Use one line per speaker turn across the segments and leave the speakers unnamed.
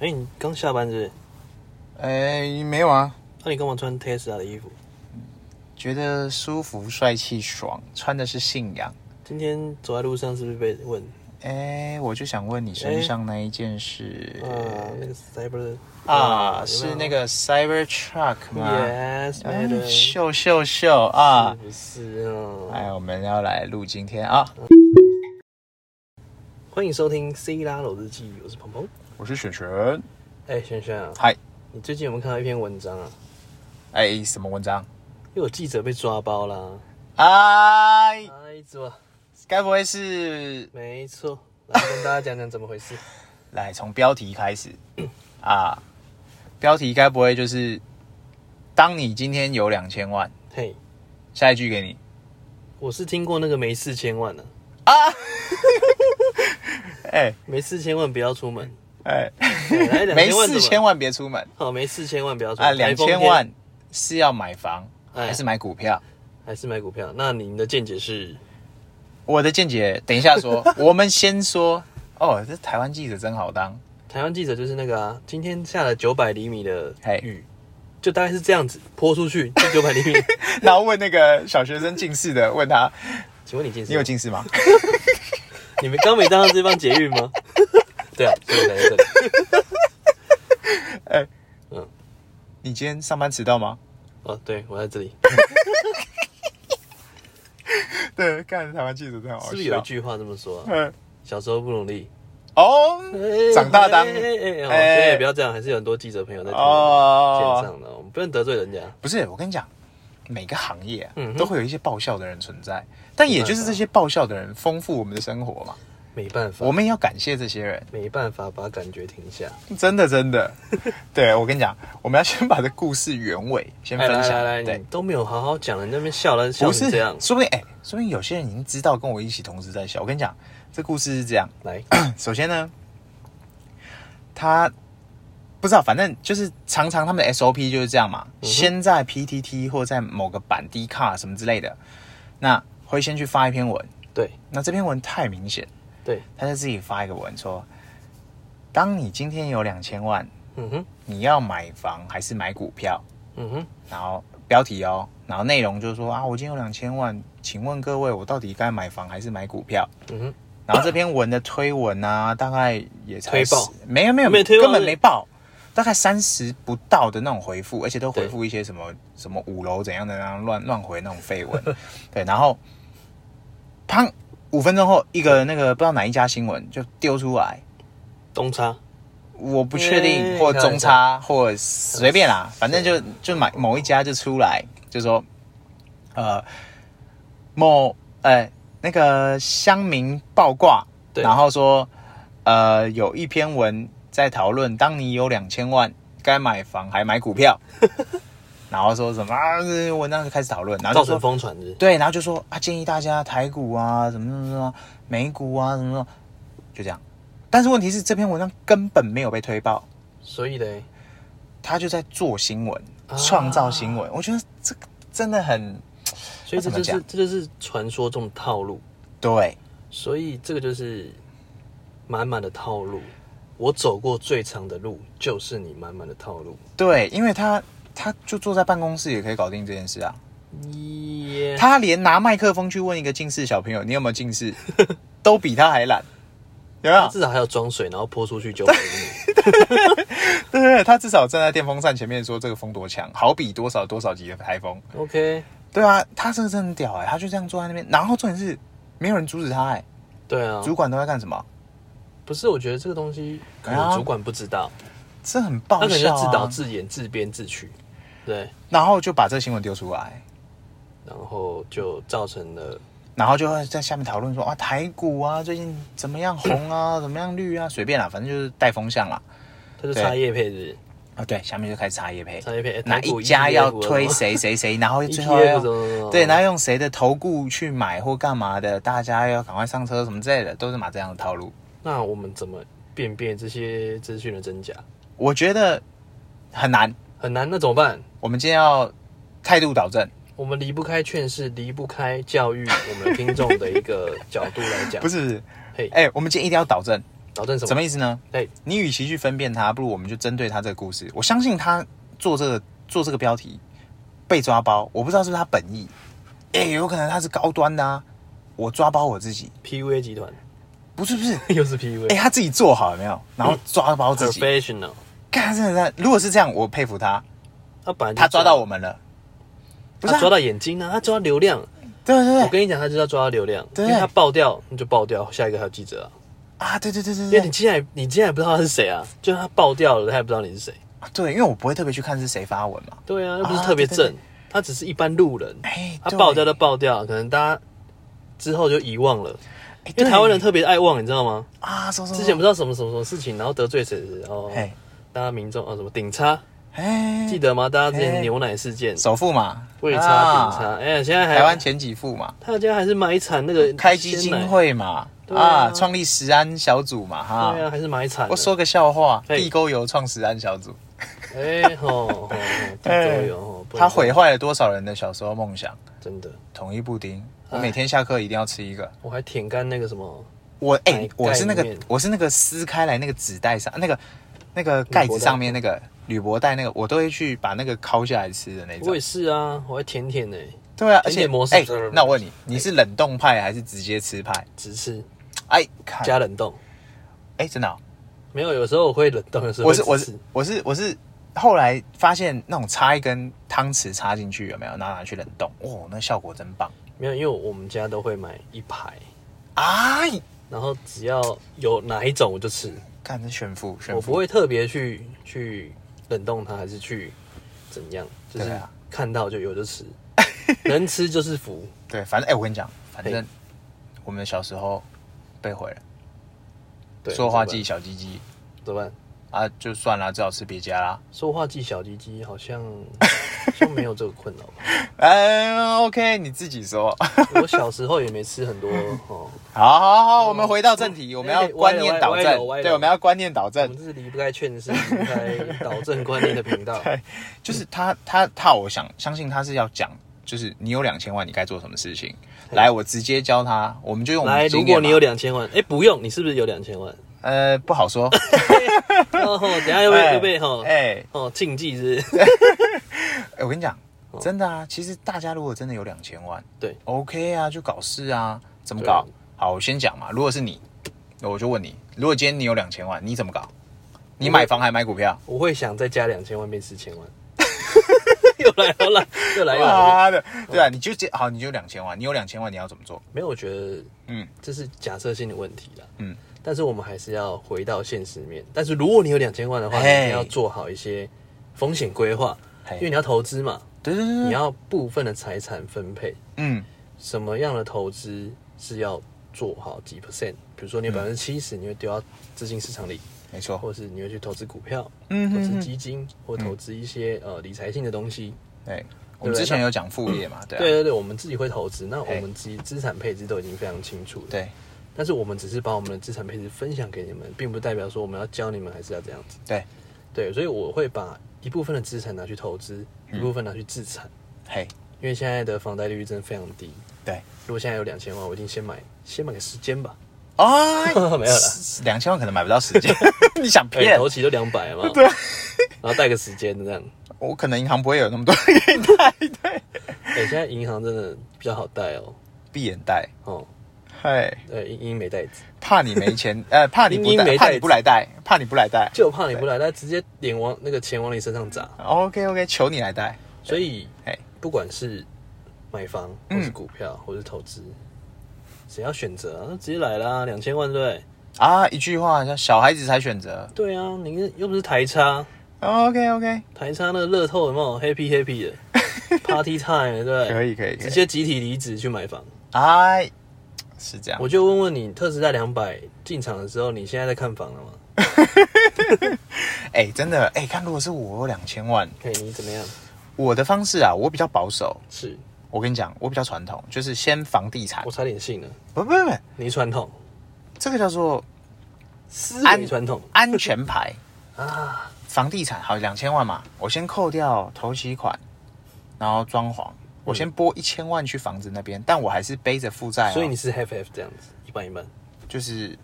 哎、你刚下班是不是？
哎，没有啊，
那、你干嘛穿 Tesla 的衣服？
觉得舒服、帅气、爽，穿的是信仰。
今天走在路上是不是被问？
哎，我就想问你身上那一件是
啊，那个 Cyber
啊，
有没有
是那个 Cyber Truck 吗？
Yes,
哎
madam。是啊嗯
秀秀秀啊！
不是啊？
哎，我们要来录今天啊，
欢迎收听《C 拉楼日记》，我是鹏鹏。
我是璇璇。
哎，轩轩啊，
嗨，
你最近有没有看到一篇文章啊？
哎，什么文章？
又有记者被抓包啦！
哎，
哎，错，
该不会是
没错，来跟大家讲讲怎么回 事。
来从标题开始啊？标题该不会就是当你今天有两千万，
嘿、
下一句给你
我是听过那个没四千万的、啊，
啊？哎
没四千万不要出 门，
哎，
对来两
没
千万
四
怎么
千万别出门
好，没四千万不要出门
啊！两
台风天
千万是要买房
哎
还是买股票？
还是买股票？那您的见解是？
我的见解，等一下说。我们先说哦，这台湾记者真好当。
台湾记者就是那个啊，今天下了九百厘米的
嘿
雨，就大概是这样子泼出去，就九百 厘米。
然后问那个小学生近视的，问他
请问你近视？
你有？近视吗？
你们刚没搭上这帮捷运吗？ 对啊，所以我才在这里。
哎
嗯，
你今天上班迟到吗？
哦，对，我在这里。
对，看台湾记者真好笑。
是不是有一句话这么说、啊？
嗯
小时候不努力，
哦，长大当
哎哎哎哦
哎
对，不要这样，还是有很多记者朋友在听
哦
线上的，我们不能得罪人家。
不是，我跟你讲，每个行业、啊
嗯哼
都会有一些爆笑的人存在，但也就是这些爆笑的人丰富我们的生活嘛。
没办法，
我们也要感谢这些人，
没办法把感觉停下。
真的 真的。对我跟你讲，我们要先把这故事原委先
哎
分
来
享。
来来，
对
你，都没有好好讲，你那边笑了笑
不
成
是
这样，
说不定哎、说不定有些人已经知道，跟我一起同时在笑。我跟你讲，这故事是这样。
来，
首先呢，他不知道，反正就是常常他们的 SOP 就是这样嘛，
嗯哼
先在 PTT 或在某个版 D 卡什么之类的，那会先去发一篇文。
对
那这篇文太明显，
对，
他就自己发一个文说：当你今天有两千万，
嗯哼，
你要买房还是买股票？
嗯哼，
然后标题哦，然后内容就是说啊，我今天有两千万，请问各位，我到底该买房还是买股票？
嗯哼，
然后这篇文的推文啊，大概也才
推爆
10没有没有
没有推爆啊
根本
是
没爆，大概三十不到的那种回复，而且都回复一些什么什么五楼怎样的啊，乱乱回那种绯闻， 对，然后砰，五分钟后一个那个不知道哪一家新闻就丢出来，
东差，
我不确定
嗯
或中差或随便啦，反正就就买某一家就出来就说，呃，某呃那个乡民爆挂，
对
然后说，呃，有一篇文在讨论，当你有两千万，该买房还买股票，然后说什么啊，这文章就开始讨论，然
造
后就说
成疯传日，
对，然后就说啊，建议大家台股啊，什么什么什么，美股啊，什么什么，就这样。但是问题是，这篇文章根本没有被推爆，
所以嘞，
他就在做新闻
啊，
创造新闻。我觉得这个真的很
所以这就
那怎
是
么讲
这就是传说中的套路，
对，
所以这个就是满满的套路。我走过最长的路，就是你满满的套路。
对，因为他他就坐在办公室也可以搞定这件事啊。
耶，
他连拿麦克风去问一个近视小朋友你有没有近视，都比他还懒，有没有？
至少还要装水，然后泼出去九百 米。
对对对，他至少站在电风扇前面说这个风多强，好比多少多少级的台风。
OK，
对啊，他这个真的很屌哎、他就这样坐在那边，然后重点是没有人阻止他哎、
对啊，
主管都在干什么？
不是，我觉得这个东西可
哎
能
呀
主管不知道，
这很爆
他可能
笑、
就
啊、
自导自演、自编自取，对，
然后就把这个新闻丢出来，
然后就造成了
然后就会在下面讨论说啊，台股啊最近怎么样 红啊，怎么样绿啊，随便啦，反正就是带风向啦。
他就插叶配日，
啊，对，下面就开始查叶配，
插叶配
哪一家要推？谁谁谁，然后
台股 ETF
最
什
后
么 ETF
要
什么什么
对，然后用谁的投顾去买或干嘛的，大家要赶快上车什么之类的，都是买这样的套路。
那我们怎么辨别这些资讯的真假？
我觉得很难，
很难，那怎么办？
我们今天要态度导正。
我们离不开劝世，离不开教育我们听众的一个角度来讲，
不是，不是
嘿
哎、我们今天一定要导正，
导正什么？
什么意思呢？
哎，
你与其去分辨他，不如我们就针对他这个故事。我相信他做这个做这个标题被抓包，我不知道是不是他本意，哎、有可能他是高端的啊。我抓包我自己，
PUA 集团
不是不是，
又是
哎、
PUA。
他自己做好了没
嗯
有？然后抓包自己，
professional，
干真的是，如果是这样，我佩服他，
他本来就
他抓到我
们，
们了，不是、
他
啊、
抓到眼睛呢、他抓到流量。
对对
我
对
跟你讲，他就是要抓到流量，因
对
为他爆掉，那就爆掉，下一个还有记者啊。
啊，对对对对
因为你
对，
现在你现在也不知道他是谁啊，就算他爆掉了，他也不知道你是谁。
啊对，因为我不会特别去看是谁发文嘛，
对啊，又不是
啊
特别
对
正，
对对
他只是一般路人。
哎
他
对
爆掉就爆掉，可能大家之后就遗忘了，
哎
因为
对
台湾人特别爱忘，你知道吗？
啊，说说
之前不
不
知道什么什么什么事情，然后得罪谁谁谁哦，
哎
大家民众哦什么顶差，
哎，
记得吗？大家之前
哎
牛奶事件、
首富嘛，
胃差、
啊
顶差，哎，现在还
台湾前几富嘛，
他家还是买产那个
开基金会嘛，
对啊
啊，创立食安小组嘛，
鲜奶，
哈
对，啊，还是买产。
我说个笑话，
嘿
地沟油创食安小组，
哎吼 吼，吼地沟油吼，不能
哎他毁坏了多少人的小时候梦想？
真的，
统一布丁，我
哎
每天下课一定要吃一个。
我还舔干那个什么
我哎、
奶盖
我是那个
里面
我是那个撕开来那个纸袋上那个那个盖子上面那个铝箔袋那个，我都会去把那个抠下来吃的那
我
种
也。是啊，我还舔舔呢，
对啊，而
甜
且
点模式
哎、那我问你，你是冷冻派还是直接吃派？
只吃
哎，看，
加冷冻，
哎、真的哦、
没有，有时候我会冷冻，有时候
我是
会
我
只吃
是我是我是后来发现那种插一根汤匙插进去有没有，然后拿去冷冻，哦，那效果真棒！
没有，因为我们家都会买一排，
哎，
然后只要有哪一种我就吃，
看这炫富，炫富，
我不会特别去去冷冻它，还是去怎样，就是
对啊
看到就有就 吃，能吃就是福。
对，反正哎、我跟你讲，反正
嘿
我们的小时候被毁了，
对，
说话记小鸡鸡
怎么办？
啊，就算了，最好吃别家啦。
说话记小鸡鸡好像好像没有这个困扰吧。
嗯，OK，你自己说。
我小时候也没吃很多 哦，
好好好，我们回到正题，我们要
哎
观念导
歪
正
了歪了歪，了
对，我们要观念导
我
正
们，这是离不开劝世、离不开导正观念的频 道。
就是他他他，我想相信他是要讲。就是你有两千万，你该做什么事情？
嘿
来，我直接教他，我们就用我们
来，
的
如
经
果
验
你
嘛
有两千万，哎，不用，你是不是有两千 万？
呃，不 好说。
哦，吼等一下又被又被吼
哎
哦禁忌是 不是
哎，我跟你讲，真的啊，其实大家如果真的有两千万，
哦对
，OK 啊，就搞事啊，怎么搞
对？
好，我先讲嘛。如果是你，我就问你，如果今天你有两千万，你怎么搞？
嗯
你买房还买股票？
我会想再加两千万变四千万。 又来又来又来又来，
妈的，对啊，你就这好，你就两千万，你有两千万，你要怎么做？
没有，我觉得
嗯
这是假设性的问题啦。
嗯，
但是我们还是要回到现实面。但是如果你有两千万的话，你
嘿
一定要做好一些风险规划，
嘿嗯
因为你要投资嘛，
对对
你
对对，
要部分的财产分配，
嗯，
什么样的投资是要做好几 percent？比如说
嗯
你有百分之七十你会丢到资金市场里，
没错，
或是你会去投资股票，
嗯
投
哼
资
哼
基金，或投资一些、呃理财性的东西。
对，我们
对
之前有讲副业嘛，
对
对啊，
对对，我们自己会投资，那
嘿
我们资资产配置都已经非常清楚了。，
对
但是我们只是把我们的资产配置分享给你们，并不代表说我们要教你们还是要这样子。
对，
对，所以我会把一部分的资产拿去投资，一部分拿去自产，
嘿，
因为现在的房贷利率真的非常低。
对，
如果现在有两千万，我一定先买，先买个时间吧。
啊，
哦 没有啦
两千万可能买不到时间， 你想
哎、
骗啊
头期都两百 嘛，对，然后贷个时间这样。
我？可能银行不会有那么多给你贷，对，
哎、现在银行真的比较好贷哦，
闭眼贷，
哦，
嘿，
对，英英没贷子，贷
怕你没钱， 呃，怕你不
明明没
带，怕
带
你不来带，怕你不来带。
就怕你不来，他直接脸往那个钱往你身上砸。
OK OK，求你来带。
所以
哎，
不管是买房，或是
嗯
股票，或是投资，只要选择、啊，那直接来啦，两千万对不对？
啊，一句话叫小孩子才选择。
对啊，你又不是台差，
OK OK，
台差那个乐透有没有 happy happy 的 party time 对不对？
可以可以可
直
以。
接集体离职去买房。
哎，是这样
我。就问问你，特斯拉两百进场的时候，你现在在看房了吗？
哎，真的，哎，看如果是我有两千万，
嘿，你怎么样？
我的方式啊，我比较保守。
是
我跟你讲，我比较传统，就是先房地产
我。差点信了，
不不不，
你传统，
这个叫做
思维传统
安全牌。
啊，
房地产好两千万嘛，我先扣掉头期款，然后装潢，
嗯
我先拨一千万去房子那边，但我还是背着负债、哦，
所以你是 half half 这样子，一半一半，
就是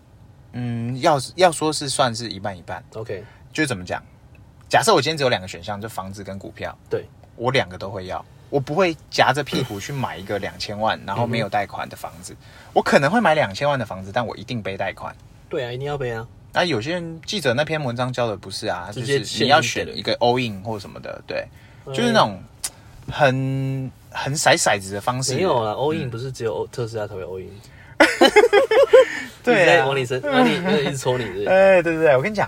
嗯，要是要说是算是一半一半，
OK，
就是怎么讲？假设我今天只有两个选项，就房子跟股票，
对，
我两个都会要。我不会夹着屁股去买一个两千万，然后
嗯
没有贷款的房子。我可能会买两千万的房子，但我一定背贷款。
对啊，一定要背啊。
那有些人记者那篇文章教的不是啊，就
直接
是你要
限
选
定的
一个 all in 或什么的，对，就是那种很很骰骰子的方式。
没有啊啦，all
嗯
in 不是只有特斯拉才会 all in，一直
对
在
啊，
往你身，往 你一直抽你是不是
哎，对对对，我跟你讲，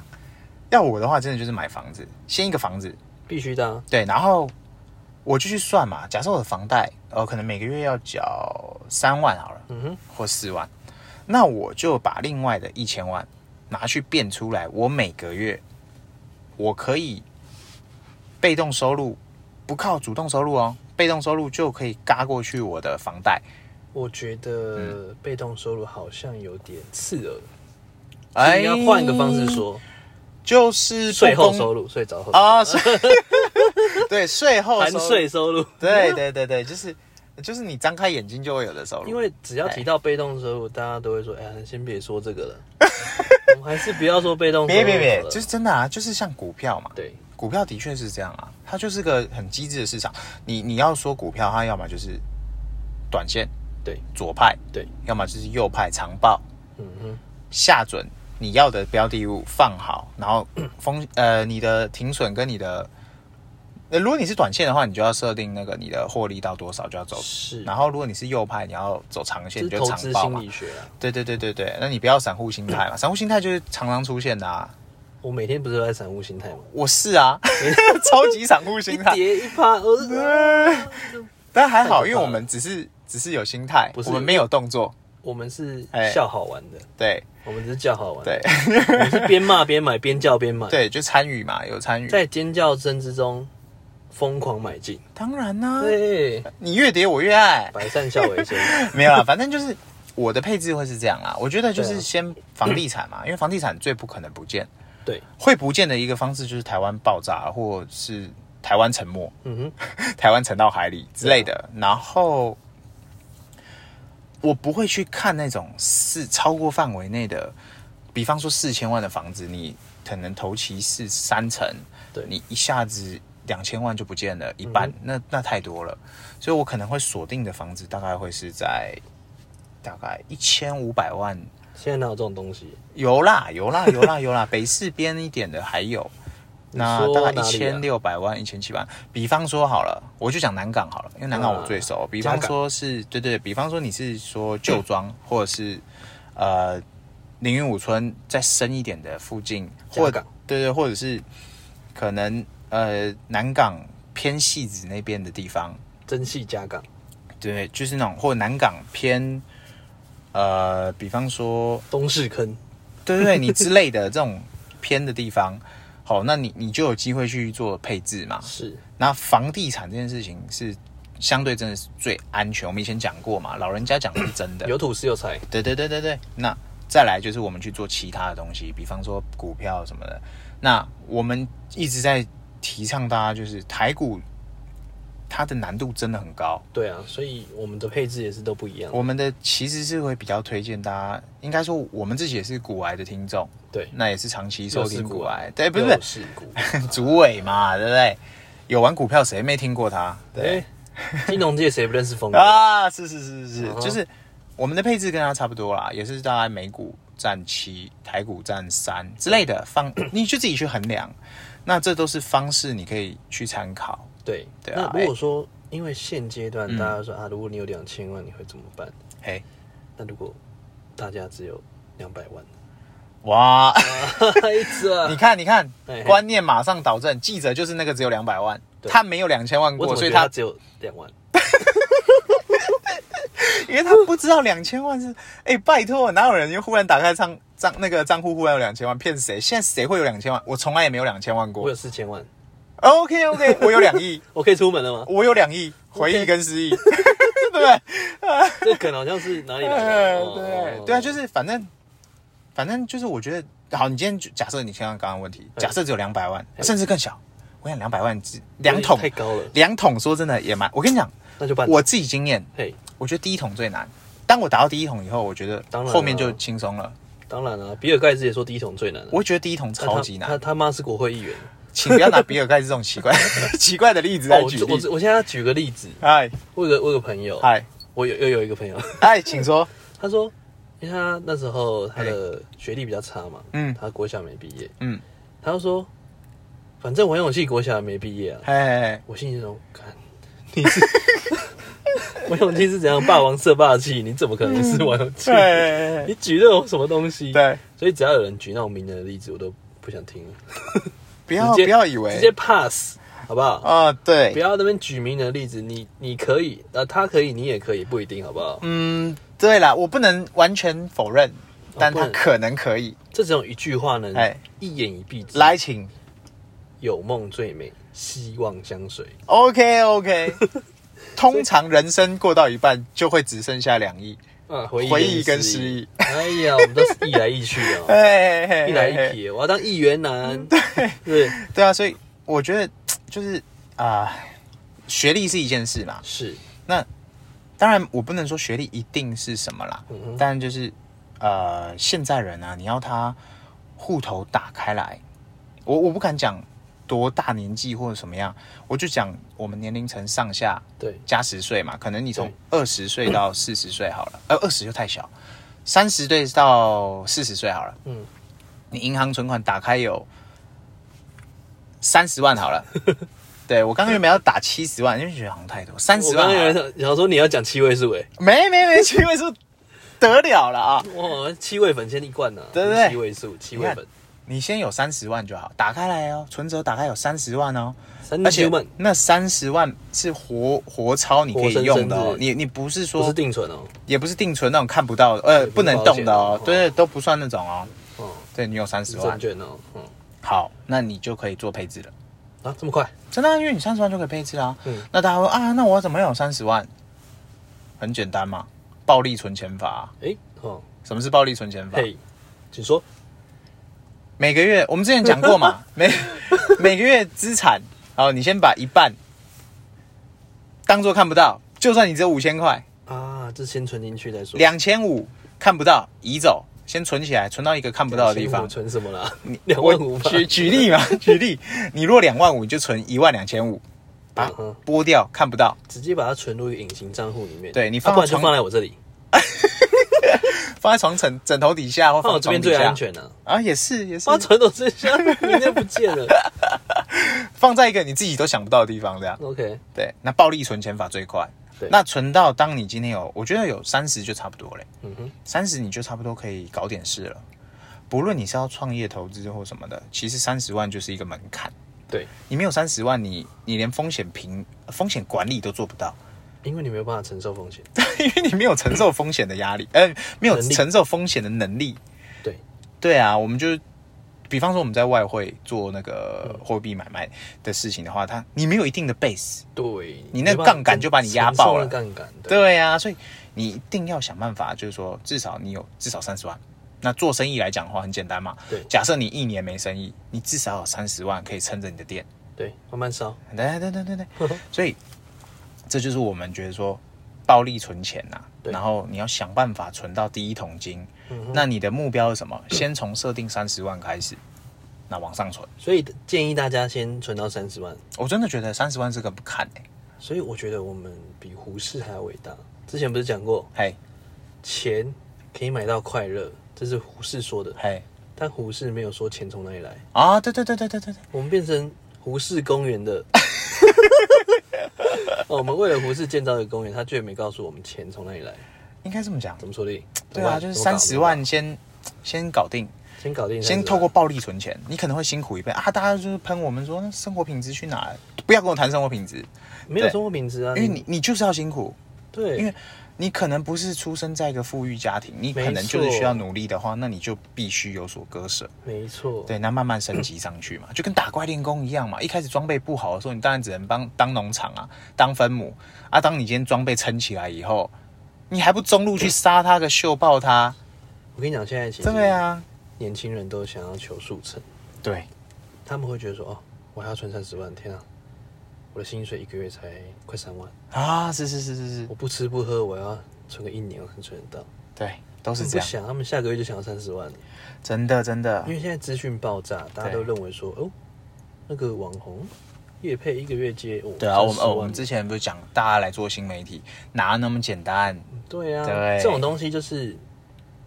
要我的话，真的就是买房子，先一个房子，
必须的啊。
对，然后我就去算嘛。假设我的房贷，呃，可能每个月要缴三万好了，
嗯哼，
或四万，那我就把另外的一千万拿去变出来，我每个月我可以被动收入，不靠主动收入哦，被动收入就可以嘎过去我的房贷。
我觉得
嗯
被动收入好像有点刺耳，
哎
你要换一个方式，说，
就是不
税后
公
收入，税早后收入
啊，税 对税后
含
收入嗯
税收入。
对对对对，就是就是你张开眼睛就会有的收入，
因为只要提到被动收入，大家都会说：“哎呀，先别说这 个了，我们还是不要说被动收入好
别
了。”
别别，就是真的啊，就是像股票嘛，
对，
股票的确是这样啊，它就是个很机智的市场。你你要说股票，它要么就是短线，
对，
左派，
对，
要么就是右派长报
嗯哼，
下准你要的标的物放好，然后风呃你的停损跟你的。呃，如果你是短线的话，你就要设定那个你的获利到多少就要走。
是
然后如果你是右派，你要走长线，
这是投
你就长
资
报嘛
心。理学啊。
对对对对对，那你不要散户心态嘛，散户心态就是常常出现的啊。
我每天不是都在散户心态吗？
我是 啊，超级散户心态。
跌一趴， 呃，
对但
太
还
可怕
好，因为
了
我们只是只是有心态，
不是
我们没有动作。
我们是
哎
笑好玩的，
对
我们只是叫好玩，
对
我们是边骂边买，边叫边买，
对，就参与嘛，有参与。
在尖叫声之中疯狂买进，
当然啦、
对，
你越跌我越爱。
百善孝为 先，
没有啦，反正就是我的配置会是这样啦。我觉得就
对啊
是先房地产嘛，因为房地产最不可能不见，
对，
会不见的一个方式就是台湾爆炸，或是台湾沉没。
嗯哼，
台湾沉到海里之类的。然后我不会去看那种是超过范围内的，比方说四千万的房子，你可能头期是三成，
对
你一下子两千万就不见了一半，那那太多了。所以我可能会锁定的房子大概会是在大概一千五百万。
现在哪有这种东西？
有啦，有啦，有啦，有啦，北市边一点的还有，
你
那
说
大概
哪
一
里啊
千六百万、一千七百万。比方说好了，我就讲南港好了，因为南港我最熟。
哦
比方说是，对对，比方说你是说旧
嗯
庄，或者是呃凌云五村再深一点的附近，或
嘉港
对对，或者是可能呃南港偏戏子那边的地方，
蒸汽加杠，
对，就是那种或南港偏呃，比方说
东势坑，
对 对对，你之类的这种偏的地方，好，那你你就有机会去做配置嘛。
是
那房地产这件事情是相对真的是最安全，我们以前讲过嘛，老人家讲的是真的。
有土是有财，
对对对对对，那再来就是我们去做其他的东西，比方说股票什么的。那我们一直在提倡大家就是台股，它的难度真的很高。
对啊，所以我们的配置也是都不一样，
我们的其实是会比较推荐大家，应该说我们自己也是股癌的听众，
对，
那也是长期收听股癌，对，
哎
不是不是
是股，
主委嘛，对不对？有玩股票谁没听过他？对、
对，哎金融界谁不认识风格？
啊，是是是是，
嗯哼
就是我们的配置跟他差不多啦，也是大概美股占七，台股占三之类的，方你就自己去衡量。那这都是方式，你可以去参考。
对，
对嗯啊
那如果说，因为现阶段大家说啊，如果你有两千万，你会怎么办？
嘿，
那如果大家只有两百 万，
哇，
一直 啊
你，看你看
嘿嘿，
观念马上导正。记者就是那个只有两百万，
对
他没有两千万
我
过，
怎么
所
觉
以
得他
他
只有两万？
因为他不知道两千万是，哎、拜托，哪有人又忽然打开账账那个账户忽然有两千万骗谁？现在谁会有两千万？我从来也没有两千万
我
过
有。四千万，
OK OK，我有两亿，
我可以出门了吗？
我有两亿，回忆跟 失忆，对不对？
这可能好像是哪里来的？哦
对对啊，就是反正反正就是我觉得，好，你今天就假设你像刚刚问题，假设只有两百万，甚至更小，我想两百万只两桶
太高了，
两桶，说真的也蛮。我跟你讲，
那就办。
我自己经验，
嘿，
我觉得第一桶最难。当我打到第一桶以后，我觉得
当然了
后面就轻松了。
当然了、比尔盖茨也说第一桶最难、啊，
我觉得第一桶
但他
超级
他
难，
他妈是国会议员。
请不要拿比尔盖茨这种奇怪奇怪的 例子
哦
来
我
举
我
例。
我现在要举个例子，
嗨
我有个我有个朋友，
嗨
我有又有一个朋友，
嗨，请说。
他说，因为他那时候他的学历比较差嘛，
嗯
他国小没毕业，
嗯，
他就说，反正王永庆国小也没毕业啊，
哎，
我心里想，看你是 王永庆是怎样霸王色霸气，你怎么可能是王永庆？
对
你举这种什么东西？，
对，
所以只要有人举那种名人的例子，我都不想听了，
不要
直
不
接
要以为
直接 pass，好不好？
啊，
不
对，
要那边举名人的例子，你你可以，呃，他可以，你也可以，不一定，好不好？
嗯，对啦，我不能完全否认，但
哦不
他
能
可能可以。
这只有一句话能
哎
一言以蔽之。
来，请
有梦最美，希望相随。
，OK OK。通常人生过到一半就会只剩下两亿，
啊，回忆
回忆跟失
失忆
忆。
哎呀，我们都是一来一去的、哦，
哎，嘿嘿嘿
一来一撇。我要当议员男，对对
对啊，所以我觉得就是啊、学历是一件事嘛。
是，
当然，我不能说学历一定是什么啦，
嗯哼
但就是呃，现在人啊，你要他户头打开来，我我不敢讲多大年纪或者什么样，我就讲我们年龄层上下
对，
加十岁嘛，可能你从二十岁到四十岁好了，呃，二十就太小，三十岁到四十岁好了，
嗯，
你银行存款打开有三十万好 了。对我刚刚原本要打七十万，因为觉得好像太多，三
我
十
刚
万好
刚有人
了
想想说你要讲七位数哎，
没没没，七位数得了了啊！
哇，七位粉先一罐呢，
对不对
啊七位数，七
你
位
看
粉，
你先有三十万就好，打开来哦，存折打开有三十万哦，
三
而且
千万
那三十万是活活钞，你可以用的
活生
哦
生，的
你你不是
不
说
是定存哦，
也不是定存那种看不到的，呃，
也不
不
是
能
保
动
险
的哦
哦，
对对，都不算那种哦。
哦，
对你有三
是
十万
证，券哦，嗯，
好，那你就可以做配置了。
啊，这么快，
真的啊、因为你三十万就可以配置啊。
嗯
那大家会啊，那我要怎么有三十万？很简单嘛，暴力存钱法啊、
哎，哦，
什么是暴力存钱法？
嘿，请说，
每个月我们之前讲过 嘛，每每个月资产，然后你先把一半当做看不到，就算你只有五千块，
啊，这先存进去再说。
两千五看不到移走，先存起来，存到一个看不到的地
我
方。
存什么啦？
你
两
我
万五吧。
举举例嘛， 举例，你若两万五，你就存一万两千五，把
嗯哼
拨掉看不到，
直接把它存入一个隐形账户里面。
对你
啊
放
不然就
床
放在我这里，
放在床枕枕头底下或
放我
放
这
床
边
底
最
下
安。全了。
啊，也是也是
放，传统之 下，明天不见了。
放在一个你自己都想不到的地方，这样
OK，
对。那暴力存钱法最快，
对
那存到当你今天有，我觉得有三十就差不多嘞，
嗯哼，
三十你就差不多可以搞点事了。不论你是要创业投资或什么的，其实三十万就是一个门槛。
对，
你没有三十万，你你连风险评风险管理都做不到，
因为你没有办法承受风险。
因为你没有承受风险的压力，呃，没有
能力
承受风险的能力。
对，
对啊，我们就比方说我们在外汇做那个
嗯
货币买卖的事情的话，它你没有一定的 base，
对，
你那
没办法
杠杆就把你压爆了
承受那杠杆，对，
对啊，所以你一定要想办法，就是说至少你有至少三十万。那做生意来讲的话，很简单嘛。
对
假设你一年没生意，你至少有三十万可以撑着你的店。
对，慢慢烧。
对对对对对，所以这就是我们觉得说暴力存钱呐、
对
然后你要想办法存到第一桶金。
嗯哼
那你的目标是什 么？先从设定三十万开始，那往上存。
所以建议大家先存到三十万。
我真的觉得三十万是个不看哎、
所以我觉得我们比胡适还要伟大。之前不是讲过，
嘿
钱可以买到快乐，这是胡适说的，
嘿
但胡适没有说钱从哪里来。
啊，对对对对对对对，
我们变成胡适公园 的。哦，我们为了胡适建造一个公园，他居然没告诉我们钱从哪里来，
应该这么讲
怎。么处理？
对啊，就是
怎么搞
三十，万先先搞定，
怎么搞先搞定，
先透过暴力存钱，你可能会辛苦一辈啊。大家就是喷我们说那生活品质去哪儿？不要跟我谈生活品质，
没有生活品质啊，
因为你你就是要辛苦，
对，
因为你可能不是出生在一个富裕家庭，你可能就是需要努力的话，那你就必须有所割舍。
没错，
对，那慢慢升级上 去嘛，就跟打怪练功一样嘛。一开始装备不好的时候，你当然只能帮当农场啊，当分母啊。当你今天装备撑起来以后，你还不中路去杀他个秀爆他？
我跟你讲，现在其实
对，啊，
年轻人都想要求速成，
对，
他们会觉得说，哦，我还要存三十万，天啊，我的薪水一个月才快三万，
啊，是是是是是
我，不吃不喝，我要存个一年，我才存得到。
对，都
他
是
们
这
不
样，
想，他们下个月就想要三十万，
真的真的
因，为现在资讯爆炸，大家都认为说哦，那个网红叶配一个月接哦，
对啊，我们
30
哦
万
我们之前不是讲大家来做新媒体，哪那么简单？
对啊，
对嗯
这种东西就是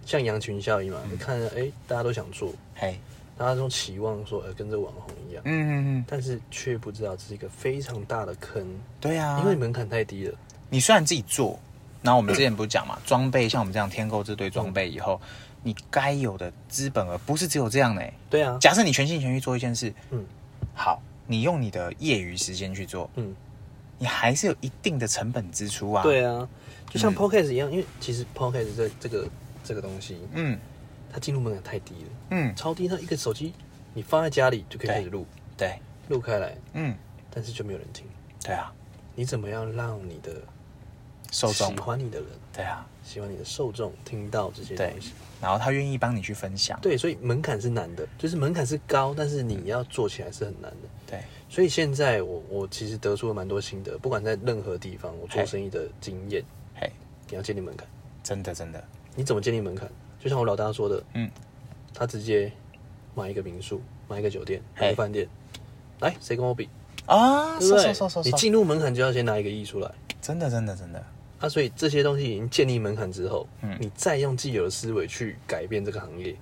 像羊群效应嘛，你看哎、大家都想做，
嘿，
大家都期望说呃跟这网红一样，
嗯嗯嗯，
但是却不知道这是一个非常大的坑，
对啊，
因为门槛太低了。
你虽然自己做，然后我们之前不是讲嘛， 装备像我们这样添购这堆装备以后，你该有的资本额不是只有这样呢、
对啊，
假设你全心全意做一件事，
嗯
好，你用你的业余时间去做，
嗯，
你还是有一定的成本支出啊。
对，啊，就像
嗯
podcast 一样，因为其实 podcast 这这个这个东西，
嗯
它进入门槛太低了，
嗯，
超低，它一个手机你放在家里就可以开始录，
对，
录开来，
嗯，
但是就没有人听。
对啊，
你怎么样让你的
受众
喜，欢你的人、
对啊，
喜欢你的受众听到这些
对
东西？
然后他愿意帮你去分享，
对，所以门槛是难的，就是门槛是高，但是你要做起来是很难的。
对，
所以现在我我其实得出了蛮多心得，不管在任何地方，我做
嘿
生意的经验，
嘿，
你要建立门槛。
真的真的，
你怎么建立门槛？就像我老大说的，
嗯，
他直接买一个民宿，买一个酒店，
嘿
买一个饭店，来，谁跟我比？
啊，
对不
收
对
收收收
你
收，
进入门槛就要先拿一个亿出来
真的真的真的，
啊！所以这些东西已经建立门槛之后，
嗯
你再用既有的思维去改变这个行业，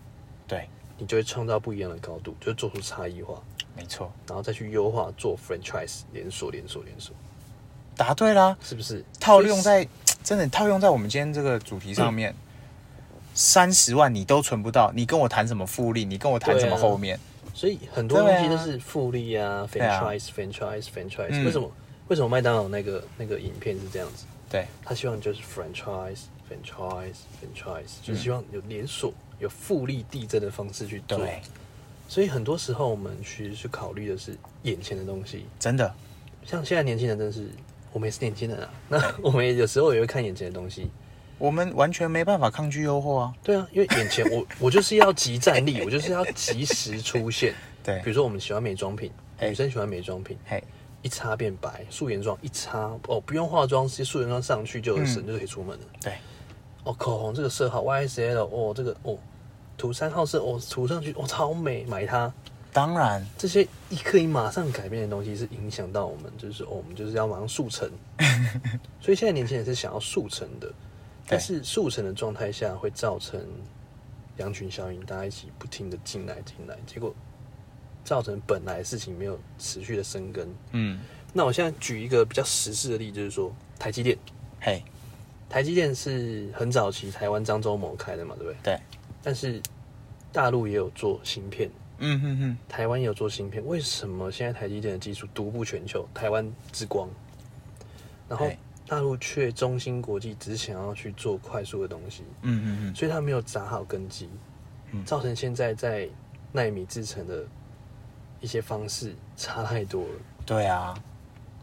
对，
你就会创造不一样的高度，就做出差异化，
没错，
然后再去优化做 franchise 连锁、连锁、连锁，
答对啦，
是不是？
套用在真的套用在我们今天这个主题上
嗯
面，三十、万你都存不到，你跟我谈什么复利？你跟我谈什么
对啊
后面？
所以很多
对
东
啊
西都是复利啊
啊
，franchise、franchise、franchise，、
嗯
为什么？为什么麦当劳那个那个影片是这样子？
对
他希望就是 franchise、franchise、franchise，就是
嗯
希望有连锁、有复利递增的方式去做。
对，
所以很多时候我们其实是考虑的是眼前的东西，
真的
像现在年轻人真是，我们也是年轻人啊， 那我们也有时候也会看眼前的东西。
我们完全没办法抗拒诱惑啊！
对啊，因为眼前我我就是要集战 力，我就是要及时出现。
对
比如说我们喜欢美妆品，
哎
女生喜欢美妆品，
嘿，
一擦变白，素颜妆一擦哦，不用化妆，直接素颜妆上去就有神，
嗯
就可以出门了。
对，
哦，口红这个色号 YSL 哦，这个哦，涂三号色哦，涂上去哦，超美，买它。
当然，
这些一刻以马上改变的东西，是影响到我们，就是哦，我们就是要马上速成。所以现在年轻人是想要速成的，但是速成的状态下会造成羊群效应，大家一起不停的进来进来，结果造成本来事情没有持续的生根。
嗯，
那我现在举一个比较实事的例子，就是说台积电，
嘿，
台积电是很早期台湾漳州某开的嘛，对不对？
对，
但是大陆也有做芯片，
嗯哼哼，
台湾也有做芯片，为什么现在台积电的技术独步全球，台湾之光？然后
对
大陆却中芯国际只想要去做快速的东西，
嗯嗯嗯，
所以它没有砸好根基，造成现在在纳米制成的一些方式差太多了。
对啊，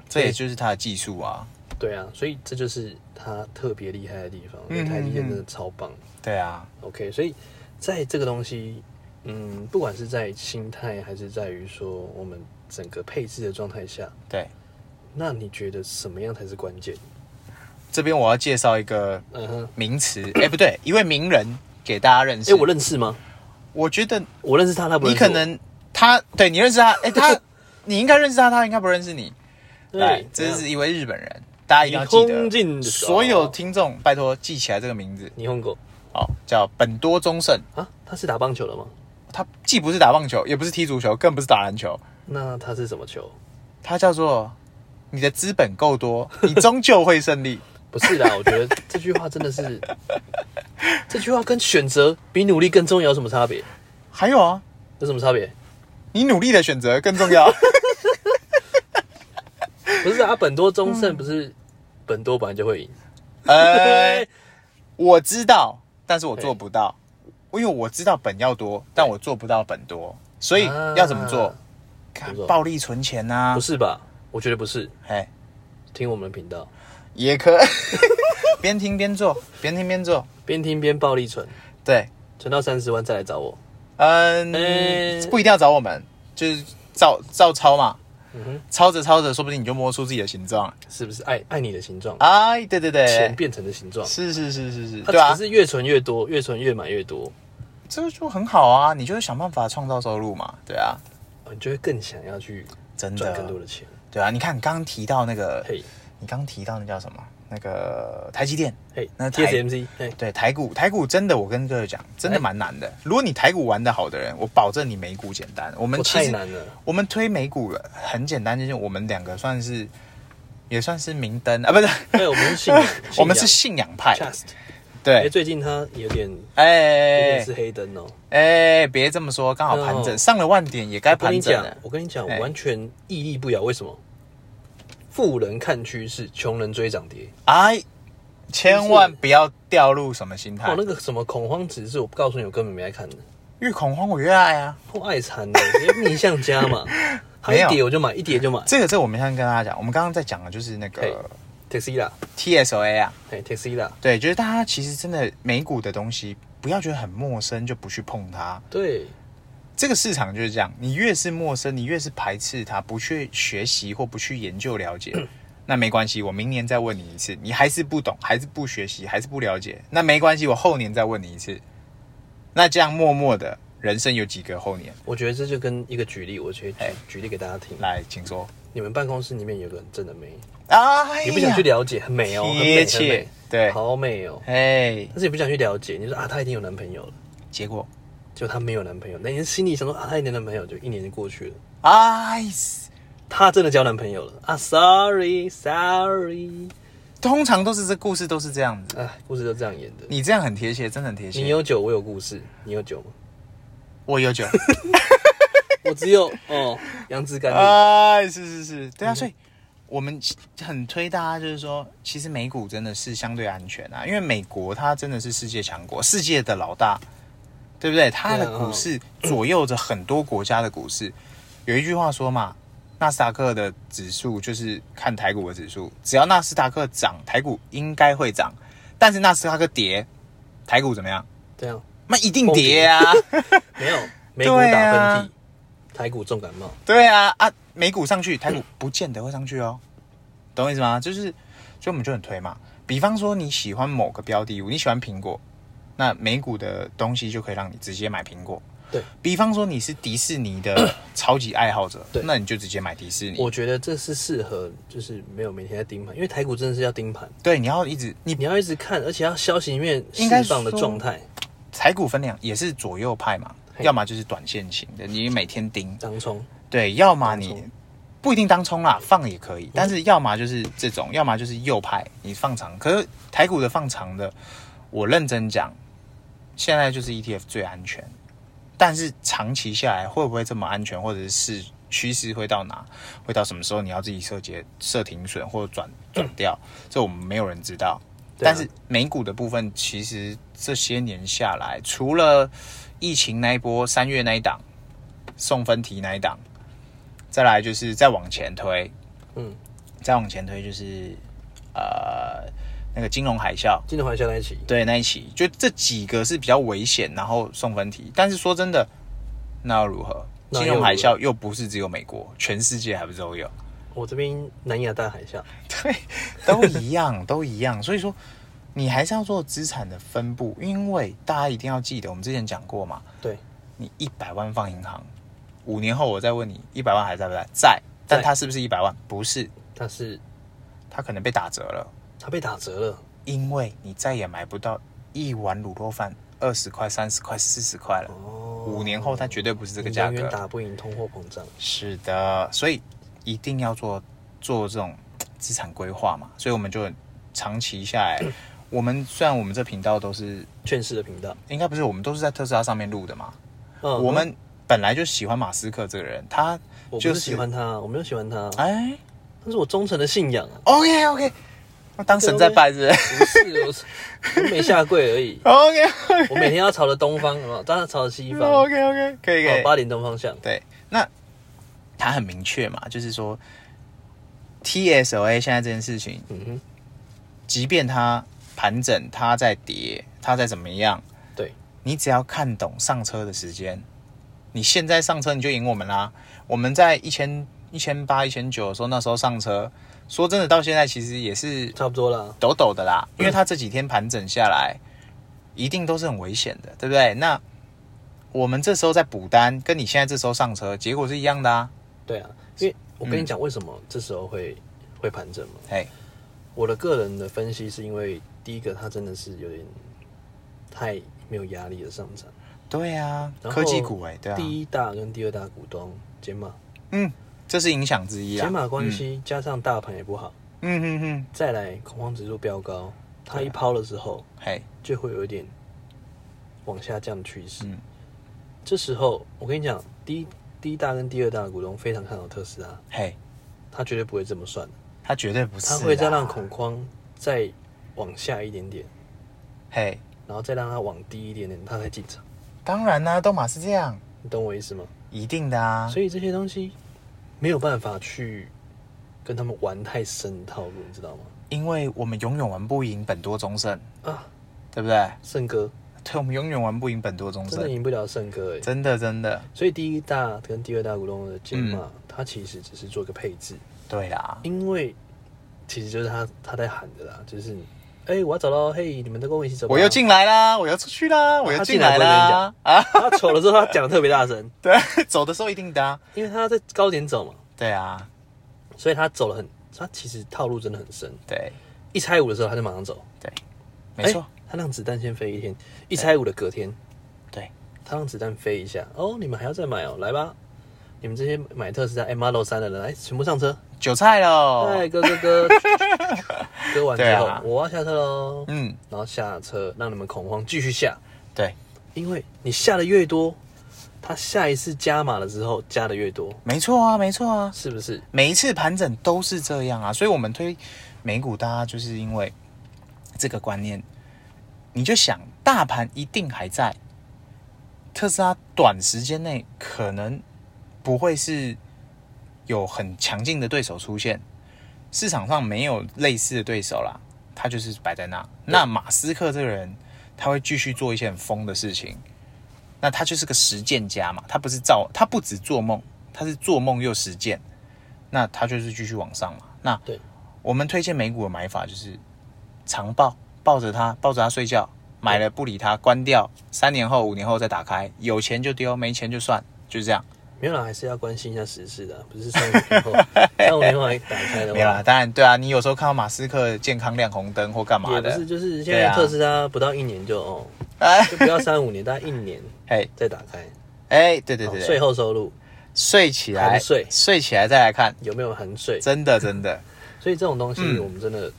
这也就是他的技术啊，
对啊，所以这就是它特别厉害的地方。
嗯
因为台积电真的超棒。
对啊，
OK，所以在这个东西，嗯，不管是在心态还是在于说我们整个配置的状态下，
对。
那你觉得什么样才是关键？
这边我要介绍一个
嗯哼，
名词， 哎，不对，一位名人给大家认识。
哎，我认识吗？
我觉得
我认识他，他不
你
认识
可
我
能他对你认识他，哎、 他你应该认识他，他应该不认识你。
对，啊
这
怎
是
样
一位日本人，大家一定要记
你空
得。
进
所有听众，拜托记起来这个名字
霓虹狗
哦，叫本多忠胜。
啊，他是打棒球的吗？
他既不是打棒球，也不是踢足球，更不是打篮球，
那他是什么球？
他叫做你的资本够多，你终究会胜利。
不是啦，我觉得这句话真的是，这句话跟选择比努力更重要有什么差别？
还有啊，
有什么差别？
你努力的选择更重要。
不是啊，本多中胜不是本多本来就会赢，
呃，我知道，但是我做不到，因为我知道本要多，但我做不到本多，所以
啊
要怎么做？
怎
看
么做
暴力存钱啊呐、
不是吧？我觉得不是，
哎，
听我们的频道，
也可， 边听边做，边听边做，
边听边暴力存，
对，
存到三十万再来找我。
嗯，
哎
不一定要找我们，就是照照抄嘛，
嗯哼，
操着操着，说不定你就摸出自己的形状了。
是不是爱爱你的形状，
哎，对对
钱
对，
变成的形状，
是是是是是，
它
对啊
只，是越存越多，越存越买越多，
这个就很好啊，你就是想办法创造收入嘛，对啊，
你就会更想要去
真
赚更多
的，
的钱。
对啊，你看你刚刚提到那个，
嘿，
你刚提到那叫什么？那个台积电，
嘿
那台
，TSMC，嘿，
对台股，台股真的，我跟各位讲，真的蛮难
哎
的。如果你台股玩的好的人，我保证你美股简单。我们
我
其
太
实
难了，
我们推美股了很简单，就是我们两个算是也算是明灯啊，不是，，
对，我们是信仰
我们是信仰派，
Chast，哎，
对，
最近他有点有
哎
点是黑灯哦。
哎，别这么说，刚好盘整，
哦
上了万点也该
我跟
盘
你
整
讲
了，，
我跟你讲，
哎
我完全屹立不摇。为什么？富人看趋势，穷人追涨跌。
哎，千万不要掉入什么心态
哦，，那个什么恐慌指数，我告诉你，我根本没爱看的，
越恐慌我越爱啊。
我爱惨的， 直接逆向加 嘛，它
没有
一跌我就买，一跌就买。
这个，这个我们先跟大家讲，我们刚刚在讲的就是那
嘿
个
Tesla，
TSOA 啊，
哎，Tesla，
对，就是大家其实真的美股的东西，不要觉得很陌生就不去碰它。
对，
这个市场就是这样，你越是陌生，你越是排斥它，不去学习或不去研究了解， 那没关系，我明年再问你一次，你还是不懂，还是不学习，还是不了解，那没关系，我后年再问你一次。那这样默默的人生有几个后年？
我觉得这就跟一个举例，我觉得
哎
举举例给大家听。
来，请说。
你们办公室里面有个很正的妹，
哎呀
你不想去了解，很美哦，很
贴
美，很
切
美，
对
好美哦。
哎，
但是你不想去了解，你就说啊，她一定有男朋友了，
结果，
结果她没有男朋友，那你心里想说啊，她一定有男朋友，就一年就过去了。
哎，
她真的交男朋友了啊！Sorry, Sorry，
通常都是这故事都是这样子。
啊，故事就这样演的。
你这样很贴切，真的很贴切。
你有酒，我有故事。你有酒吗？
我 有酒。
我只有哦，杨枝甘露。
哎，是是是，对啊，所以我们其很推大家，就是说，其实美股真的是相对安全啊，因为美国它真的是世界强国，世界的老大，对不对？它的
对啊
股市左右着很多国家的股市。有一句话说嘛，纳斯达克的指数就是看台股的指数，只要纳斯达克涨，台股应该会涨；但是纳斯达克跌，台股怎么样？
这样
那一定跌啊！
没有美股
对
打
啊
喷嚏，台股重感冒。
对啊啊，美股上去，台股不见得会上去哦，懂我意思吗？就是，所以我们就很推嘛。比方说你喜欢某个标的物，你喜欢苹果，那美股的东西就可以让你直接买苹果。
对
比方说你是迪士 尼的超级爱好者
对，
那你就直接买迪士尼。
我觉得这是适合，就是没有每天在盯盘，因为台股真的是要盯盘，
对，你要一直你
你要一直看，而且要消息面
应该
释放的
说
状态，
台股分两，也是左右派嘛，
嘿
要么就是短线型的，你每天盯，
当冲
对，要么
当
你
冲嗯
不一定当冲啦，放也可以，但是要么就是这种，要么就是右派你放长。可是台股的放长的，我认真讲，现在就是 ETF 最安全，但是长期下来会不会这么安全，或者是市趋势会到哪，会到什么时候，你要自己设节设停损或转转掉，这我们没有人知道。
对啊
但是美股的部分，其实这些年下来，除了疫情那一波三月那一档送分题那一档，再来就是再往前推，
嗯，
再往前推就是呃那个金融海啸，
金融海啸那一起，
对那一期，就这几个是比较危险，然后送分题。但是说真的，那又如何？
那又
金
如何
融海啸又不是只有美国，全世界还不是都有？
我这边南亚大海啸，
对，都一样， 都一样。所以说，你还是要做资产的分布，因为大家一定要记得，我们之前讲过嘛，
对，
你一百万放银行，五年后我再问你，一百万还在不在？在，但它是不是一百万？不是，
它是
它可能被打折了，
它被打折了，
因为你再也买不到一碗卤肉饭二十块、三十块、四十块了。
哦，
五年后它绝对不是这个
你
价
永远
格。
打不赢通货膨胀，
是的，所以一定要做做这种资产规划嘛。所以我们就长期 下来，我们虽然我们这频道都是
劝世的频道，
应该不是我们都是在特斯拉上面录的嘛，
嗯
我们本来就喜欢马斯克这个人，他
我不
就是
喜欢他，我没有喜欢他，
哎
但是我忠诚的信仰啊，
，OK OK，当神在拜是不 是，
不是我是，我没下跪而已
？OK
我每天要朝着东方，有没有当然朝着西 方，哦，
OK OK，可以可以，
八点钟方向，
对，那他很明确嘛，就是说 TSOA 现在这件事情。
嗯哼。
即便它盘整，它在跌，它在怎么样，
对，
你只要看懂上车的时间，你现在上车你就赢我们啦。我们在一千一千八、一千九的时候，那时候上车，说真的，到现在其实也是
差不多啦。
抖抖的啦，因为它这几天盘整下来，一定都是很危险的，对不对？那我们这时候在补单，跟你现在这时候上车，结果是一样的啊。
对啊，因为我跟你讲为什么这时候会、会盘整嘛。
哎，
我的个人的分析是因为第一个，它真的是有点太没有压力的上涨。
对啊，
然后
科技股哎、对啊，
第一大跟第二大股东解码，
嗯，这是影响之一
解
啦。
码关系、加上大盘也不好，
嗯嗯嗯，
再来恐慌指数飙高，它
啊
一抛的时候
嘿，
就会有一点往下降的趋势。
嗯
这时候我跟你讲，第一第一大跟第二大的股东非常看好特斯拉，
嘿，
他绝对不会这么算的，
他绝对不是啊
他
啦，
会再让恐慌再往下一点点，
嘿，
然后再让它往低一点点，他才进场。
当然啦、都马是这样，
你懂我意思吗？
一定的啊。
所以这些东西没有办法去跟他们玩太深的套路，你知道吗？
因为我们永远玩不赢本多忠胜，
啊，
对不对？
胜哥
对，我们永远玩不赢本多忠
真的
胜，
赢不了胜哥哎、
真的真的，
所以第一大跟第二大股东的解
嗯
码，它其实只是做个配置，
对啦，
因为其实就是他他在喊的啦，就是哎、我要找到嘿，你们都跟我一起走吧。啊
我又进来啦，我又出去啦，我又进来啦，啊，
他走了之后，他讲的特别大声，
对，走的时候一定的、啊，
因为他在高点走嘛，
对啊，
所以他走了很，他其实套路真的很深。
对
一拆五的时候他就马上走，
对，没错，
哎他让子弹先飞一天，一拆五的隔天，
对，
他让子弹飞一下。哦，你们还要再买哦，来吧，你们这些买特斯拉 M Model 三的人，来哎全部上车。
韭菜喽，
哎，哥哥 哥，割完之
哦对
后、
啊
我要下车喽，
嗯，
然后下车让你们恐慌，继续下，
对，
因为你下的越多，他下一次加码的时候加的越多，
没错啊，没错啊，
是不是？
每一次盘整都是这样啊，所以我们推美股，大家就是因为这个观念，你就想大盘一定还在，特斯拉短时间内可能不会是有很强劲的对手出现，市场上没有类似的对手啦，他就是摆在那。那马斯克这个人，他会继续做一些很疯的事情，那他就是个实践家嘛，他不是造，他不止做梦，他是做梦又实践。那它就是继续往上嘛。那
对，
我们推荐美股的买法就是长抱，抱着它，抱着它睡觉，买了不理它，关掉，三年后、五年后再打开，有钱就丢，没钱就算，就是这样。
没有啦，还是要关心一下时事的，不是三五 年后， 三五年后还打开的
没有啦，
话，
当然对啊，你有时候看到马斯克健康亮红灯或干嘛
也不是，
的，
就是现
对
在
啊
特斯拉不到一年就哦，
哎
就不要三五年，大概一年
哎
再打开，
哎， 对对
哦
对
税
对，
后收入
睡起来，
含税
睡起来再来看，
有没有含税？
真的真的，
所以这种东西
嗯
我们真的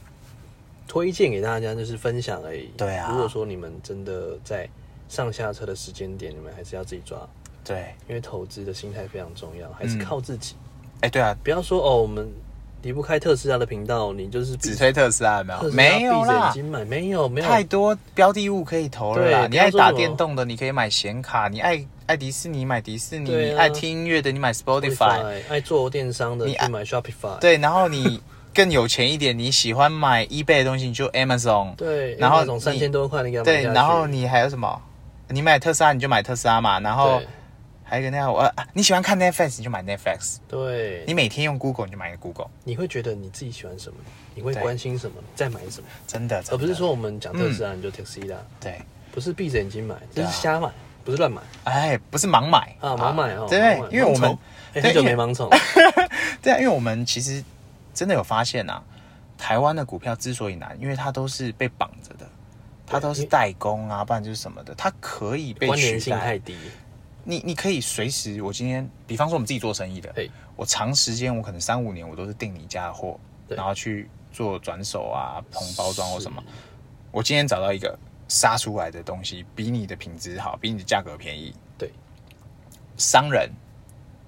推荐给大家，就是分享而已。
对啊
如果说你们真的在上下车的时间点，你们还是要自己抓，
对，
因为投资的心态非常重要，
嗯
还是靠自己。
哎对啊，
不要说哦，我们离不开特斯拉的频道，你就是闭
只推特斯拉有没
特
有？
斯拉
没有
闭着眼
啦，
睛买，没有没有。
太多标的物可以投了啦。
对
你
不要
爱
说
打
什么
电动的，你可以买显卡；你爱爱迪士尼买迪士尼；
对啊
你爱听音乐的，你买 Spotify。
Spotify，爱做电商的
你啊
去买 Shopify，
对，然后你更有钱一点，你喜欢买 eBay 的东西，你就 Amazon。
对，
然后
那种
你
三千多块你给它买
对，
下去
然后你还有什么？你买特斯拉你就买特斯拉嘛，然后
对
还有一个那样，我、啊、你喜欢看 Netflix 你就买 Netflix，
对，
你
你
每天用 Google 你就买 Google，
你会觉得你自己喜欢什么，你会
对
关心什么，你再买什么，
真的，真
哦
的
而不是说我们讲特斯拉你就 Tesla，、
对，
不是闭着眼睛买，这
对啊
是瞎买，不是乱买
哎，不是盲买
啊，盲买哦。
对
盲买，
因为我
盲
们
从哎
对
很久
因为
没盲 从，
对啊，因为我们其实真的有发现啊，台湾的股票之所以难，因为它都是被绑着的，它都是代工啊，不然就是什么的，它可以被
关联
取
性
代。
太低。
你你可以随时，我今天，比方说我们自己做生意的
对，
我长时间，我可能三五年，我都是订你家的货，
对
然后去做转手啊、红包装或什么。我今天找到一个杀出来的东西，比你的品质好，比你的价格便宜。
对，
商人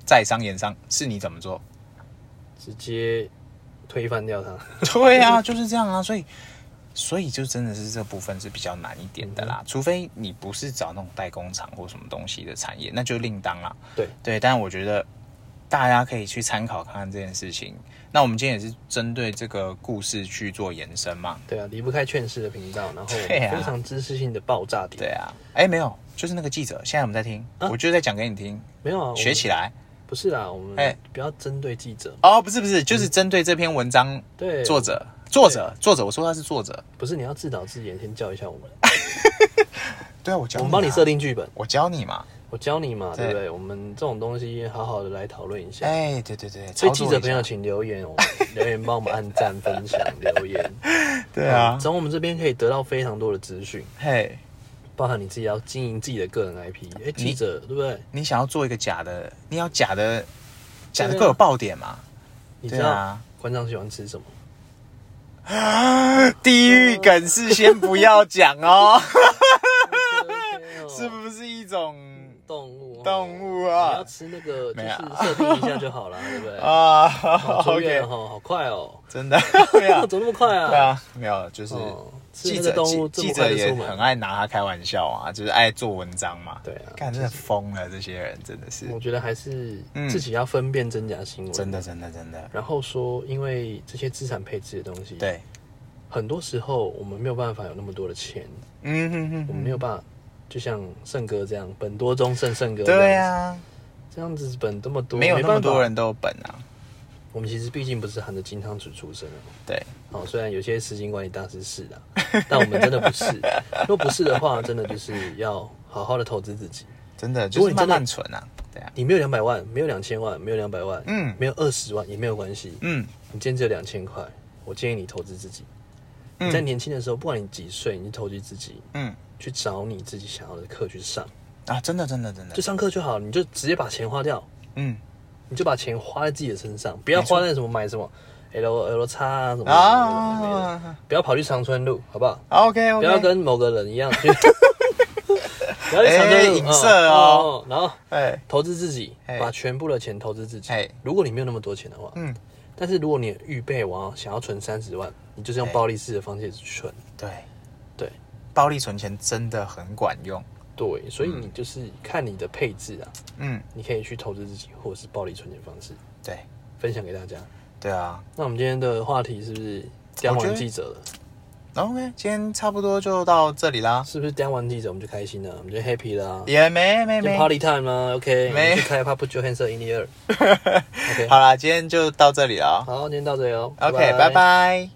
在商言商，是你怎么做？
直接推翻掉它。
对啊，就是这样啊，所以所以就真的是这部分是比较难一点的啦，除非你不是找那种代工厂或什么东西的产业，那就另当啦。
对
对，但我觉得大家可以去参考看看这件事情。那我们今天也是针对这个故事去做延伸嘛？
对啊，离不开劝世的频道，然后
对啊
非常知识性的爆炸点。
啊对啊，哎，没有，就是那个记者，现在我们在听，我就在讲给你听，
没有啊，我们
学起来。
不是啦，我们
哎
不要针对记者，
哦，不是不是，就是针对这篇文章
对，
作者，作者，作者，我说他是作者。
不是你要自导自演，先教一下 我们，
对啊，我教
我们帮你设定
定，
剧本，
我教你嘛。
我教你嘛，对
对
不对？我们这种东西好好的来讨论一下。
哎，对对对，
所以
操
记
作
者
一
朋友，
下
请留言 哦，留言帮我们按赞、分享、留言。
对啊
嗯，从我们这边可以得到非常多的资讯，
嘿，
包含你自己要经营自己的个人 IP。哎，记者对不对？
你想要做一个假的，你要假的，假的
对啊
各有爆点嘛。
你知
对
道
啊，
馆长喜欢吃什么？
地狱梗是先不要讲 哦，
是哦
是不是一种
动物哦？
动物
你
啊
要？吃那个，就
没有
是设定一下就好了，对 不对？
啊
好久远
，OK，
哦，好快哦，
真的 没有，
怎么那么快啊？
对，啊，没有，就是
哦，吃
记
那
者
个动物这
记记
么
者
快就
也
出
很
门，
爱拿他开玩笑啊，就是爱做文章嘛。
对啊
看真的疯了，这些人真的是，
我觉得还是
嗯
自己要分辨真假新闻，
真的真的真的，
然后说，因为这些资产配置的东西，，
对，
很多时候我们没有办法有那么多的钱，
嗯哼哼
我
哼，
们没有办法，就像圣哥这样，本多忠胜圣哥，
对，啊，
这样子本这么多，
没有那么
办法
多，人都有本啊，
我们其实毕竟不是含着金汤匙出生的。
对，
哦，虽然有些时间管理大师是的，但我们真的不是。若不是的话，真的就是要好好的投资自己。
真的就
果
是
你
慢
真的
慢存啊，对啊，
你没有两百万，没有两千万，没有两百万，
嗯
没有二十万也没有关系。
嗯
你今天只有两千块，我建议你投资自己。你在
嗯
年轻的时候，不管你几岁，你就投资自己，
嗯
去找你自己想要的课去上，
啊，真的真的真的
就，上课就好，你就直接把钱花掉，
嗯
你就把钱花在自己的身上，不要花在什么买什么 L L 叉啊什么的没的
啊
不要跑去长春路，好不好？
，OK
不要
OK，
跟某个人一样去，不要去长
哎
春路
影射哦
嗯嗯嗯然后
哎
投资自己，
哎
把全部的钱投资自己
哎。
如果你没有那么多钱的话，
嗯，
但是如果你预备完想要存三十万，你就是用
哎
暴力式的方式去存。
对，
对
暴力存钱真的很管用，
对，所以你就是看你的配置啊，
嗯，
你可以去投资自己，或者是暴力存钱方式，
对
分享给大家。
对啊，
那我们今天的话题是不是刁
我觉
完
得
记者了？
OK，今天差不多就到这里啦，
是不是刁完记者我们就开心了，我们就 happy 了啊、
也没没
今天
没，
party time 啦，OK，
没
我们去开 Pop 就 Hands in the air，OK，
好啦，今天就到这里了哦。
好，今天到这里哦
OK，拜
拜
拜。